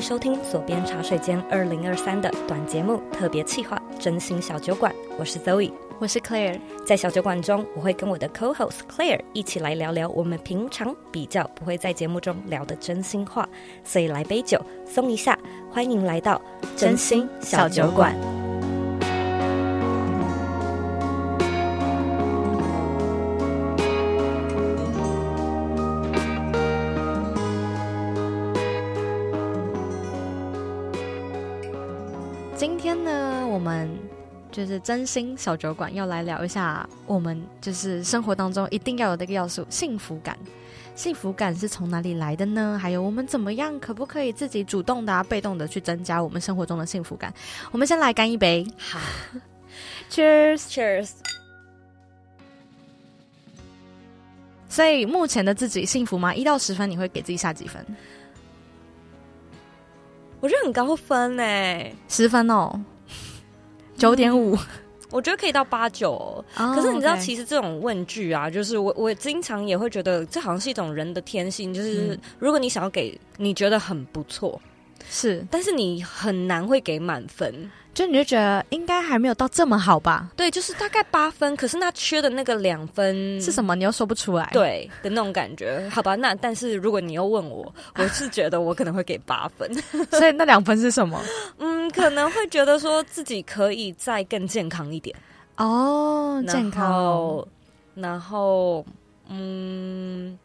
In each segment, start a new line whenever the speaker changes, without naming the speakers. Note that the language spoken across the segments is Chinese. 收听左边茶水间二零二三的短节目特别企划《真心小酒馆》，我是 Zoe。
我是 Claire，
在小酒馆中，我会跟我的 co-host Claire 一起来聊聊我们平常比较不会在节目中聊的真心话，所以来杯酒松一下，欢迎来到
真心小酒馆。今天呢，我们就是真心小酒馆要来聊一下我们就是生活当中一定要有的一个要素——幸福感。幸福感是从哪里来的呢？还有我们怎么样，可不可以自己主动的、啊、被动的去增加我们生活中的幸福感？我们先来干一杯
好
，Cheers！
，Cheers！
所以目前的自己幸福吗？一到十分，你会给自己下几分？
我觉得很高分哎，
十分哦，九点五。
我觉得可以到八九、哦。
可
可是你知道，
实
其实这种问句啊，就是我我经常也会觉得，这好像是一种人的天性，就是
嗯
如果你想要给你觉得很不错，
是，
但是你很难会给满分。
就你就觉得应该还没有到这么好吧？
对，就是大概八分，可是那缺的那个两分
是什么？你又说不出来。，
嗯对的那种感觉，好吧？那但是如果你又问 我，我是觉得我可能会给八分，
所以那两分是什么？
嗯，可能会觉得说自己可以再更健康一点，
哦，健
然
康。
后，然后，嗯，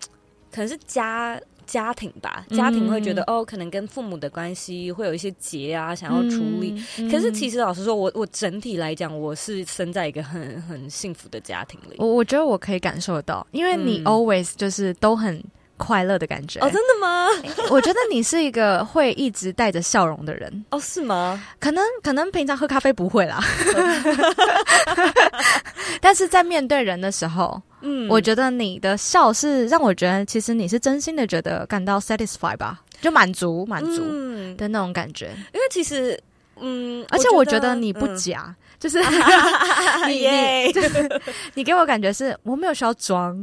可能是家家庭吧，家庭会觉得、哦，可能跟父母的关系会有一些结啊，想要处理。
嗯。
可是其
实
实老实说，我我整体来讲，我是生在一个很很幸福的家庭里。
嗯我我觉得我可以感受到，因为你
嗯
always 就是都很快乐的感觉。
哦，真的吗？
我觉得你是一个会一直带着笑容的人，
哦，是吗？
可能可能平常喝咖啡不会啦，
嗯
但是在面对人的时候，
嗯，
我觉得你的笑是让我觉得其实你是真心的觉得感到 satisfy 吧，就满足满足
嗯，
的那种感觉。
因为其实，嗯，
而且我觉得你不
嗯啊
假，就是 你
耶
你 就是你给我感觉是我没有需要装，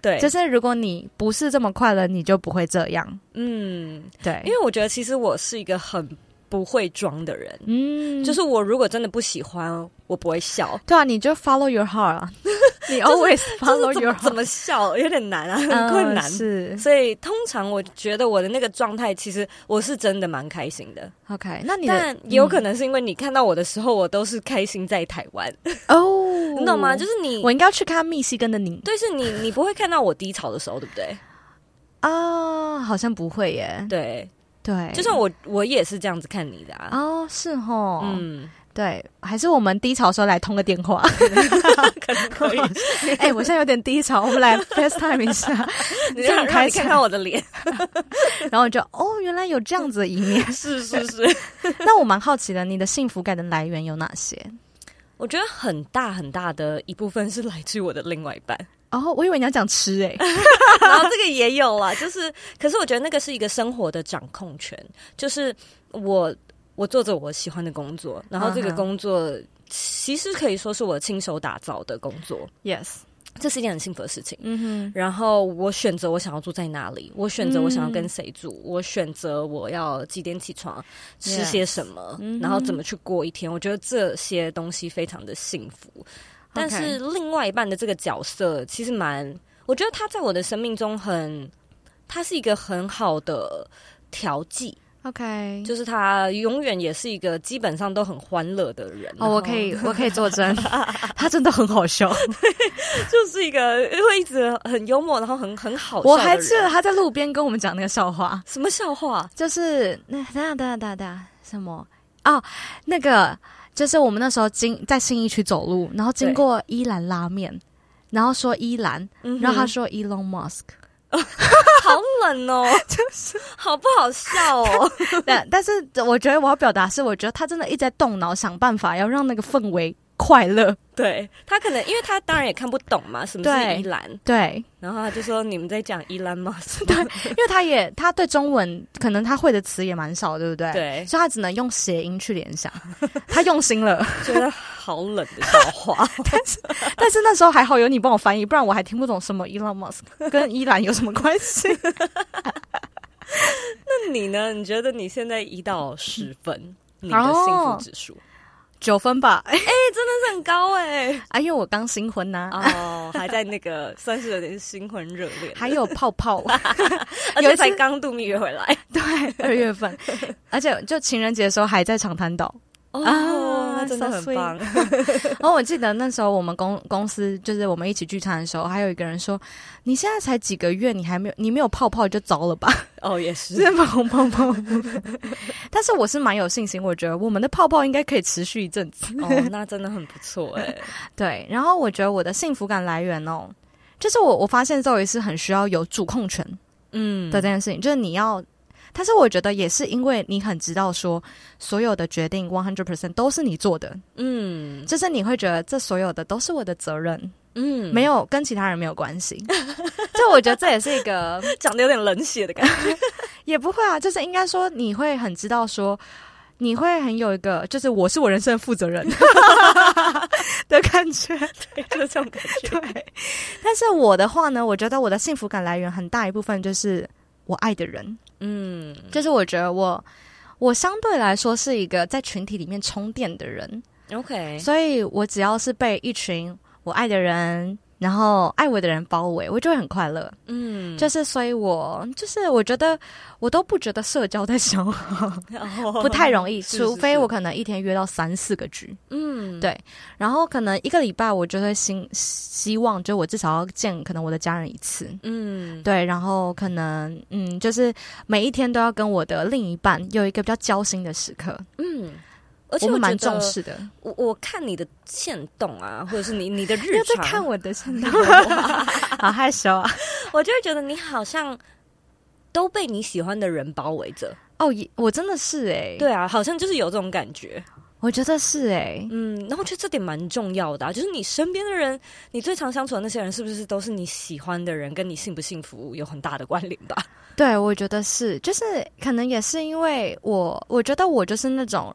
对，
就是如果你不是这么快乐，你就不会这样。
嗯，
对，
因为我觉得其实我是一个很不会装的人，
嗯，
就是我如果真的不喜欢，我不会笑。
对啊，你就 follow your heart 啊，你 always
就
follow
是怎
your
么
heart，
怎么笑 有点难啊，很
嗯
困难。
是
所以通常我觉得我的那个状态，其实我是真的蛮开心的，嗯
OK。那你的
但也有可能是因为你看到我的时候，我都是开心在台湾，
哦，
你懂吗？就是你
我，应该要去看密西根的你
对，是 你，你不会看到我低潮的时候，对不对？
啊，好像不会耶。
对，
对，
就算我我也是这样子看你的啊，
哦，是哦，嗯，
嗯，
对，还是我们低潮的时候来通个电话。
可能可以，
哎、我现在有点低潮，我们来 FaceTime 一下，
你
这样
让让
开
你
场
看到我的脸，
然后我就哦，原来有这样子的一面。
是是是，
那我蛮好奇的，你的幸福感的来源有哪些？
我觉得很大很大的一部分是来自于我的另外一半，
哦，我以为你要讲吃欸诶、
然后这个也有啦，就是，可是我觉得那个是一个生活的掌控权，就是我我做着我喜欢的工作，然后这个
嗯哼
工作。其实可以说是我亲手打造的工作，
Yes，
这是一件很幸福的事情。
嗯
然后我选择我想要住在哪里，我选择我想要跟
嗯
谁住，我选择我要几点起床，吃
Yes
些什么
嗯哼
然后怎么去过一天。我觉得这些东西非常的幸福。
哼，
但是另外一半的这个角色其实蛮，我觉得他在我的生命中很，他是一个很好的调剂，
OK，
就是他永远也是一个基本上都很欢乐的人。
哦，我可以，我可以作证， 他真的很好笑。
然后 就是一个会一直很幽默，然后很很好笑的
我
人。
还记得他在路边跟我们讲那个笑话，
什么笑话？
就是那等下等下等下等下什么哦，那个就是我们那时候经在信义区走路，然后经过伊兰拉面，然后说伊兰，
嗯哼
然后他说 Elon Musk，
好冷哦，好不好笑哦？
但但是我觉得我要表达是，我觉得他真的一直在动脑想办法要让那个氛围快乐，
对他可能，因为他当然也看不懂嘛，什么
对
是伊兰，
对，
然后他就说你们在讲伊兰吗？
因为他也他对中文可能他会的词也蛮少，对不 对？。
对，
所以他只能用谐音去联 想，他用心了。
觉得好冷的笑话。
但是那时候还好有你帮我翻译，不 然我还听不懂什么 Elon Musk 跟伊朗有什么关系。
那你呢？你觉得你现在一到十分，你的幸福指数？
九分吧，
真的是很高哎、
啊，因为我刚新婚呐、
哦，还在那个算是有点新婚热恋，
还有泡泡，
而
有
且
一次
才刚度蜜月回来
对，二月份，而且就情人节的时候还在长滩岛。
哦，那真的
so
很 棒。
然后哦我记得那时候我们公公司就是我们一起聚餐的时候，还有一个人说：“你现在才几个月，你还没有你没有泡泡就糟了吧？”
哦，也，
就是是泡泡泡。但是我是蛮有信心，我觉得我们的泡泡应该可以持续一阵子。
哦，那真的很不错哎、
对，然后我觉得我的幸福感来源哦，就是我我发现周也是很需要有主控权
嗯，
的这件事情，就是你要。但是我觉得也是因为你很知道说，所有的决定 one hundred percent 都是你做的，
嗯
就是你会觉得这所有的都是我的责任，
嗯，
没有跟其他人没有关系。 就我觉得这也是一个，
讲的有点冷血的感觉。
也不会啊，就是应该说你会很知道说，你会很有一个，就是我是我人生的负责 人的感觉。
就是这种感觉。
对，但是我的话呢，我觉得我的幸福感来源很大一部分就是我爱的人，
嗯，
就是我觉得我。我相对来说是一个在群体里面充电的人，
OK，
所以我只要是被一群我爱的人，然后爱我的人包围，我就会很快乐。
嗯，
就是，所以我就是我觉得我都不觉得社交在消 耗，不
不
太容易，
哦是是
除非
是
我可能一天约到三四个局，
嗯
对然后可能一个礼拜我就会希希望，就我至少要见可能我的家人一次。
嗯
对，然后可能嗯，就是每一天都要跟我的另一半有一个比较交心的时刻，
嗯，而且
我
我
们蛮
觉得
重视的。
我我看你的线动啊， 或者是你你的
不
日
要再
常，
看我的现在， 好害羞啊！
我就会觉得你好像都被你喜欢的人包围着。
哦，也我真的是哎、
对啊，好像就是有这种感觉。
我觉得是哎、
嗯，然后我觉得这点蛮重要的、啊，就是你身边的人，你最常相处的那些人，是不是都是你喜欢的人，跟你幸不幸福有很大的关联吧？
对，我觉得是，就是可能也是因为我，我觉得我就是那种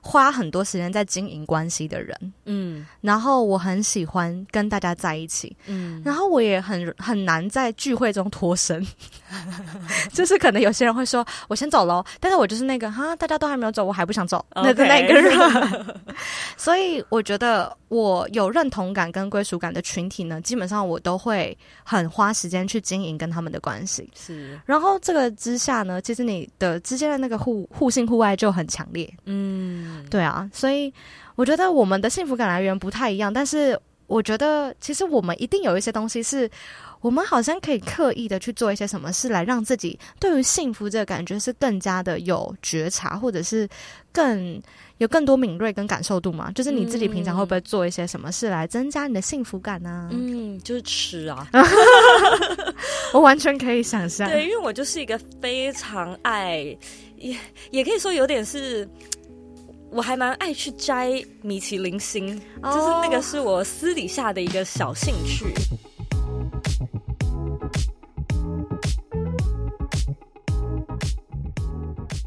花很多时间在经营关系的人，
嗯
然后我很喜欢跟大家在一起，
嗯，
然后我也很很难在聚会中脱身， 就是可能有些人会说我先走喽，但是我就是那个哈，大家都还没有走，我还不想走那的
OK
那个人，所以我觉得我有认同感跟归属感的群体呢，基本上我都会很花时间去经营跟他们的关系。
是
然后这个之下呢，其实你的之间的那个互互信互爱就很强烈，
嗯
对啊，所以我觉得我们的幸福感来源不太一样，但是我觉得其实我们一定有一些东西是我们好像可以刻意的去做一些什么事来让自己对于幸福这个感觉是更加的有觉察，或者是更嗯有更多敏锐跟感受度嘛。就是你自己平常会不会做一些什么事来增加你的幸福感啊呢、
嗯，就是吃啊，
我完全可以想象，
对，因为我就是一个非常爱，也也可以说有点是，我还蛮爱去摘米其林星，
哦
就是那个是我私底下的一个小兴趣。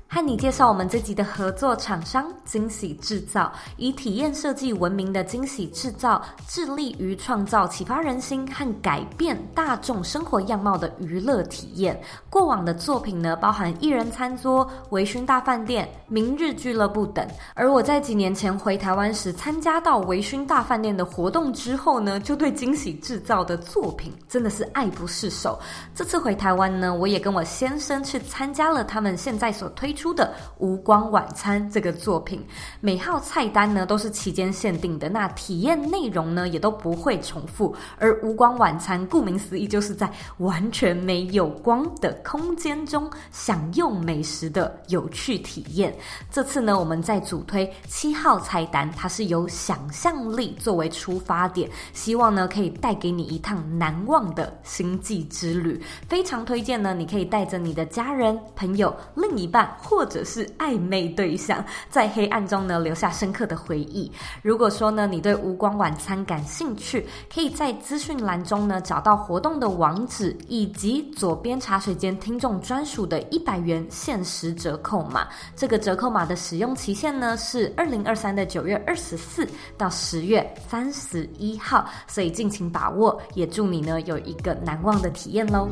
和你介绍我们这集的合作厂商惊喜制造，以体验设计闻名的惊喜制造，致力于创造启发人心和改变大众生活样貌的娱乐体验。过往的作品呢，包含一人餐桌、微醺大饭店、明日俱乐部等。而我在几年前回台湾时，参加到微醺大饭店的活动之后呢，就对惊喜制造的作品真的是爱不释手。这次回台湾呢，我也跟我先生去参加了他们现在所推出的《无光晚餐》这个作品，每号菜单呢都是期间限定的，那体验内容呢也都不会重复。而《无光晚餐》顾名思义，就是在完全没有光的空间中享用美食的有趣体验。这次呢，我们在主推七号菜单，它是由想象力作为出发点，希望呢可以带给你一趟难忘的星际之旅。非常推荐呢，你可以带着你的家人、朋友、另一半或者是暧昧对象，在黑暗中呢留下深刻的回忆。如果说呢你对无光晚餐感兴趣，可以在资讯栏中呢找到活动的网址以及左边茶水间听众专属的一百元限时折扣码。这个折扣码的使用期限呢是二零二三的九月二十四到十月三十一号，所以尽情把握，也祝你呢有一个难忘的体验喽。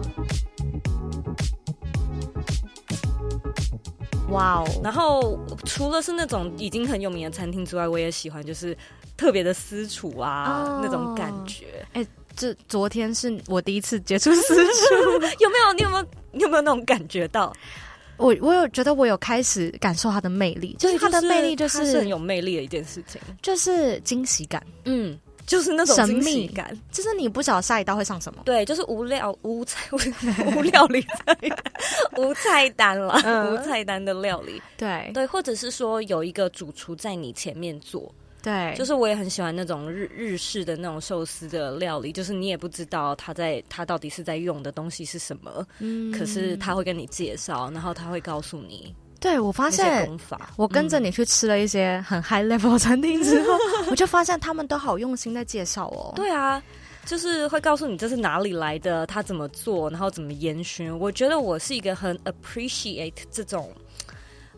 哇哦，
然后除了是那种已经很有名的餐厅之外，我也喜欢就是特别的私厨啊、
哦
那种感觉。
这昨天是我第一次接触私厨，
有没有？你有没有？你有没有那种感觉到？
我我有觉得我有开始感受它的魅力，就是它的魅力就
它
是
是很有魅力的一件事情。
就是惊喜感，
嗯，就是那种
神秘
惊喜感。
就是你不晓得下一道会上什么。
对，就是无料无菜 无料理菜单无菜单啦，
嗯
无菜单的料理。
对
对，或者是说有一个主厨在你前面做，
对，
就是我也很喜欢那种日日式的那种寿司的料理，就是你也不知道他在他到底是在用的东西是什么，
嗯
可是他会跟你介绍，然后他会告诉你
对我发
那些
现
功法。
我跟着你去吃了一些很 high level 的餐厅之 后，我就发现他们都好用心在介绍哦。
对啊，就是会告诉你这是哪里来的，他怎么做，然后怎么烟熏。我觉得我是一个很 appreciate 这种，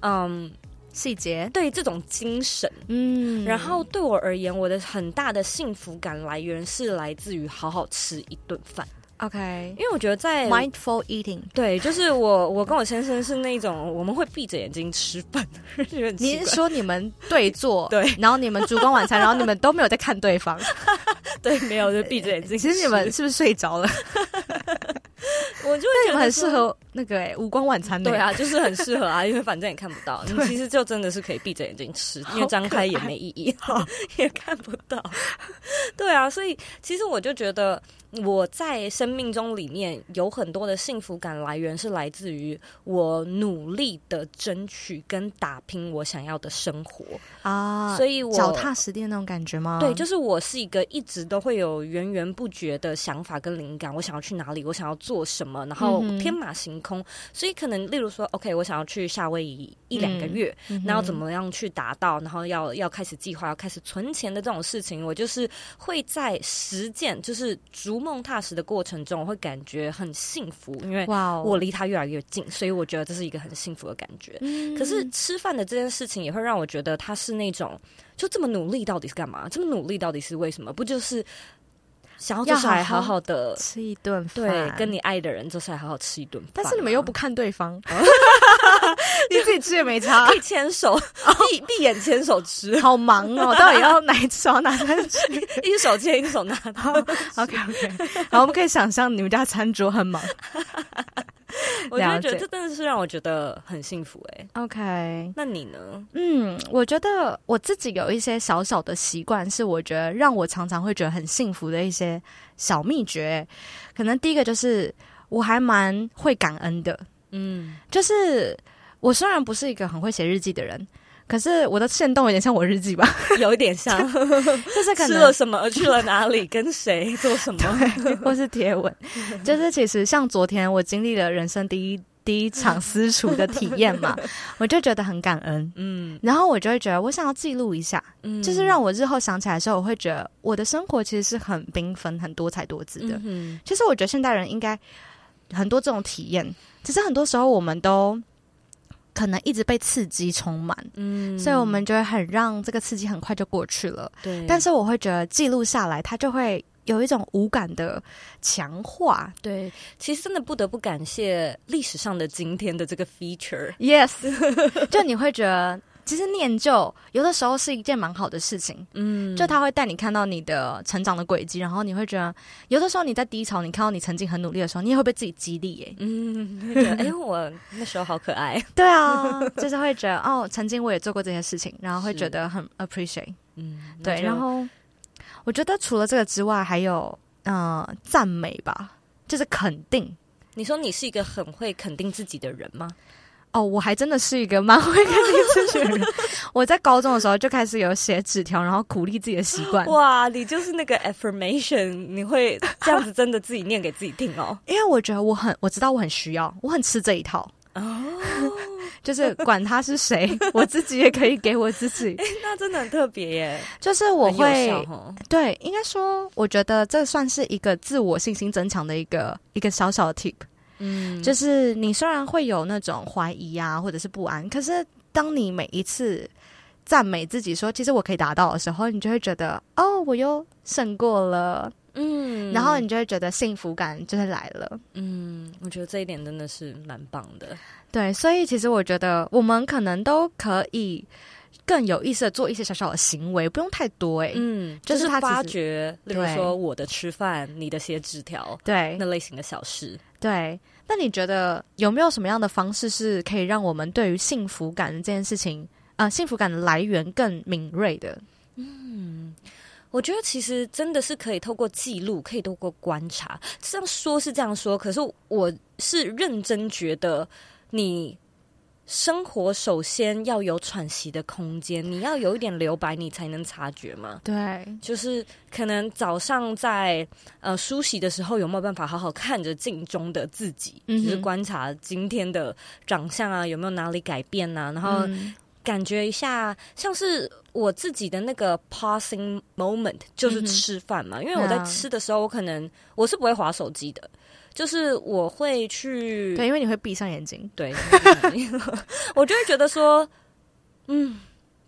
嗯，
细节，
对这种精神。
嗯
然后对我而言，我的很大的幸福感来源是来自于好好吃一顿饭，因
OK，mindful
为我觉得在
eating，
对，就是我，我跟我先生是那种我们会闭着眼睛吃饭 的人，觉得很奇
你
怪
是说你们对坐
对，
然后你们烛光 晚餐，然后你们都没有在看对方，
对，没有就闭着眼睛
其
吃。
实你们是不是睡 着了？
我就会
那
觉
你
得
们很适
说
合那个哎、五光晚餐呢
对，啊，就是很适合 啊，因为反正也看不到，你其实就真的是可以闭着眼睛吃，因为张开也没意义， 也看不到。对啊，所以其实我就觉得我在生命中里面有很多的幸福感来源是来自于我努力的争取跟打拼我想要的生活，
啊，
所以我
脚踏实地的那种感觉吗？
对，就是我是一个一直都会有源源不绝的想法跟灵感，我想要去哪里，我想要做什么，然后
嗯哼
天马行空。所以可能例如说，OK，我想要去夏威夷一两个
嗯
月，
嗯哼
然后怎么样去达到，然后要要开始计划，要开始存钱的这种事情，我就是会在实践，就是逐梦踏实的过程中，我会感觉很幸福，因为
哇哦，
我离他越来越近，所以我觉得这是一个很幸福的感觉。
嗯
可是吃饭的这件事情也会让我觉得他是那种，就这么努力到底是干嘛？这么努力到底是为什么？不就是想要坐下来好好的
吃一顿饭，
对跟你爱的人坐下来好好吃一顿饭吗？哦
但是你们又不看对方， 你自己吃也没差
可，以牵 手，闭闭眼牵手吃，
好忙 哦，到底要哪一只手哪三只
一手牵一手拿到。
？OK OK，好，我们可以想象你们家餐桌很忙。
我就会觉
了
得
解
这真的是让我觉得很幸福哎、
OK，
那你呢？
嗯，我觉得我自己有一些小小的习惯，是我觉得让我常常会觉得很幸福的一些小秘诀。可能第一个就是我还蛮会感恩的，
嗯，
就是我虽然不是一个很会写日记的人，可是我的线动有点像我日记吧，
有一点 像
就是可能
吃了什么，去了哪里，跟谁做什么。
或是贴文，就是其实像昨天我经历了人生第一第一场私厨的体验嘛，我就觉得很感恩，
嗯
然后我就会觉得我想要记录一下，
嗯
就是让我日后想起来的时候，我会觉得我的生活其实是很缤纷、很多彩多姿的。
嗯
其实我觉得现代人应该很多这种体验，只是很多时候我们都可能一直被刺激充满，
嗯
所以我们就会很让这个刺激很快就过去了。
对，
但是我会觉得记录下来，它就会有一种无感的强化。
对，其实真的不得不感谢历史上的今天的这个 feature。
Yes，就 你会觉得，其实念旧有的时候是一件蛮好的事情，
嗯
就它会带你看到你的成长的轨迹，然后你会觉得，有的时候你在低潮，你看到你曾经很努力的时候，你也会被自己激励耶、
嗯，就 觉得哎，我那时候好可爱。
对啊，就是会觉得哦，曾经我也做过这些事情，然后会觉得很 appreciate。
嗯，
对，然后我觉得除了这个之外，还有嗯、呃赞美吧，就是肯定。
你说你是一个很会肯定自己的人吗？
哦，我还真的是一个蛮会跟励自己 的人。我在高中的时候就开始有写纸条，然后鼓励自己的习惯。
哇，你就是那个 affirmation，你会这样子真的自己念给自己听 哦。
因为我觉得我很，我知道我很需要，我很吃这一套。
哦，
就是管他是谁，我自己也可以给我 自己。
那真的很特别耶，
就是我
哎很有效
会
哦
对，应该说，我觉得这算是一个自我信心增强的一个一个小小的 tip。
嗯，
就是是你虽然会有那种怀疑啊，或者是不安，可是当你每一次赞美自己说“其实我可以达到”的时候，你就会觉得“哦，我又胜过了”。
嗯嗯
然后你就会觉得幸福感就是来了。
嗯，我觉得这一点真的是蛮棒的。
对，所以其实我觉得我们可能都可以更有意识的做一些小小的行为，不用太多欸诶、
嗯，
就
就是是
他其
发
实
觉，例如
对
说我的吃饭、你的写纸条
对
那类型的小事。
对，那你觉得有没有什么样的方式是可以让我们对于幸福感这件事情，呃，幸福感的来源更敏锐的？
我觉得其实真的是可以透过记录，可以透过观察。这样说是这样说，可是我是认真觉得你。生活首先要有喘息的空间，你要有一点留白，你才能察觉嘛。
对，
就是可能早上在呃梳洗的时候，有没有办法好好看着镜中的自己，
嗯哼
就是观察今天的长相啊，有没有哪里改变呐、然后
嗯，
感觉一下，像是我自己的那个 passing moment，就是
嗯哼
吃饭嘛，因为我在
啊
吃的时候，我可能我是不会划手机的，就是我会去
对，因为你会闭上眼睛，
对， 我就会觉得说，嗯，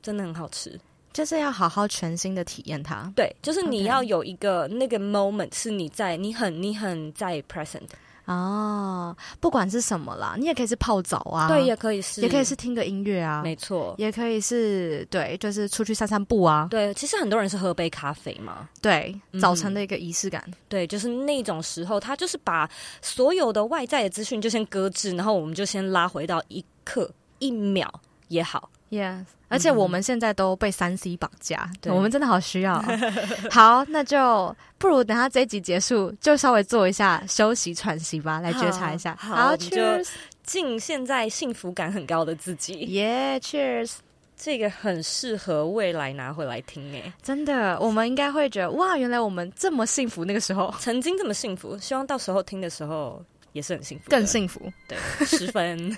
真的很好吃，
就是要好好全心的体验它。
对，就是你
OK
要有一个那个 moment 是你在你很你很在 present，、
哦，不管是什么啦，你也可以是泡澡啊，
对，也可以是
也可以是听个音乐啊，
没错，
也可以是对，就是出去散散步啊，
对，其实很多人是喝杯咖啡嘛，
对，
嗯
早晨的一个仪式感，
对，就是那种时候，他就是把所有的外在的资讯就先搁置，然后我们就先拉回到一刻一秒也好，
Yes，而且我们现在都被三 C 绑架，
嗯对
我们真的好需要 哦、好，那就不如等他这一集结束，就稍微做一下休息喘息吧，来觉察一下。
好好我们就
，Cheers，
敬现在幸福感很高的自己，
耶、yeah,，Cheers！
这个很适合未来拿回来听欸诶、
真的，我们应该会觉得哇，原来我们这么幸福，那个时候
曾经这么幸福，希望到时候听的时候也是很幸福的，
更幸福。
对，十分。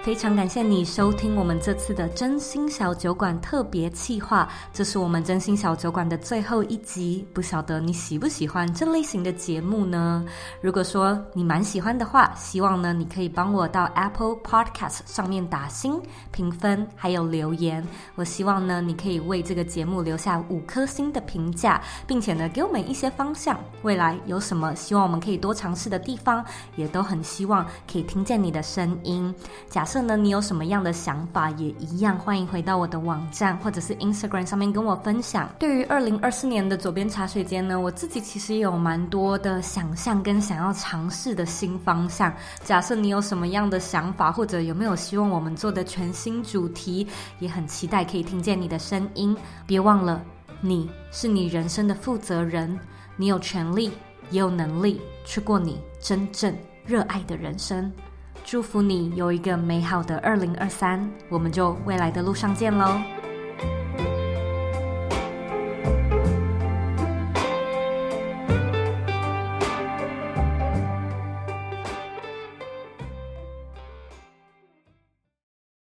非常感谢你收听我们这次的真心小酒馆特别企划，这是我们真心小酒馆的最后一集。不晓得你喜不喜欢这类型的节目呢？如果说你蛮喜欢的话，希望呢你可以帮我到 Apple Podcast 上面打星、评分，还有留言。我希望呢你可以为这个节目留下五颗星的评价，并且呢给我们一些方向，未来有什么希望我们可以多尝试的地方，也都很希望可以听见你的声音。假设呢，你有什么样的想法，也一样欢迎回到我的网站或者是 Instagram 上面跟我分享。对于二零二四年的左边茶水间呢，我自己其实也有蛮多的想象跟想要尝试的新方向。假设你有什么样的想法，或者有没有希望我们做的全新主题，也很期待可以听见你的声音。别忘了，你是你人生的负责人，你有权利，也有能力去过你真正热爱的人生。祝福你有一个美好的二零二三，我们就未来的路上见喽。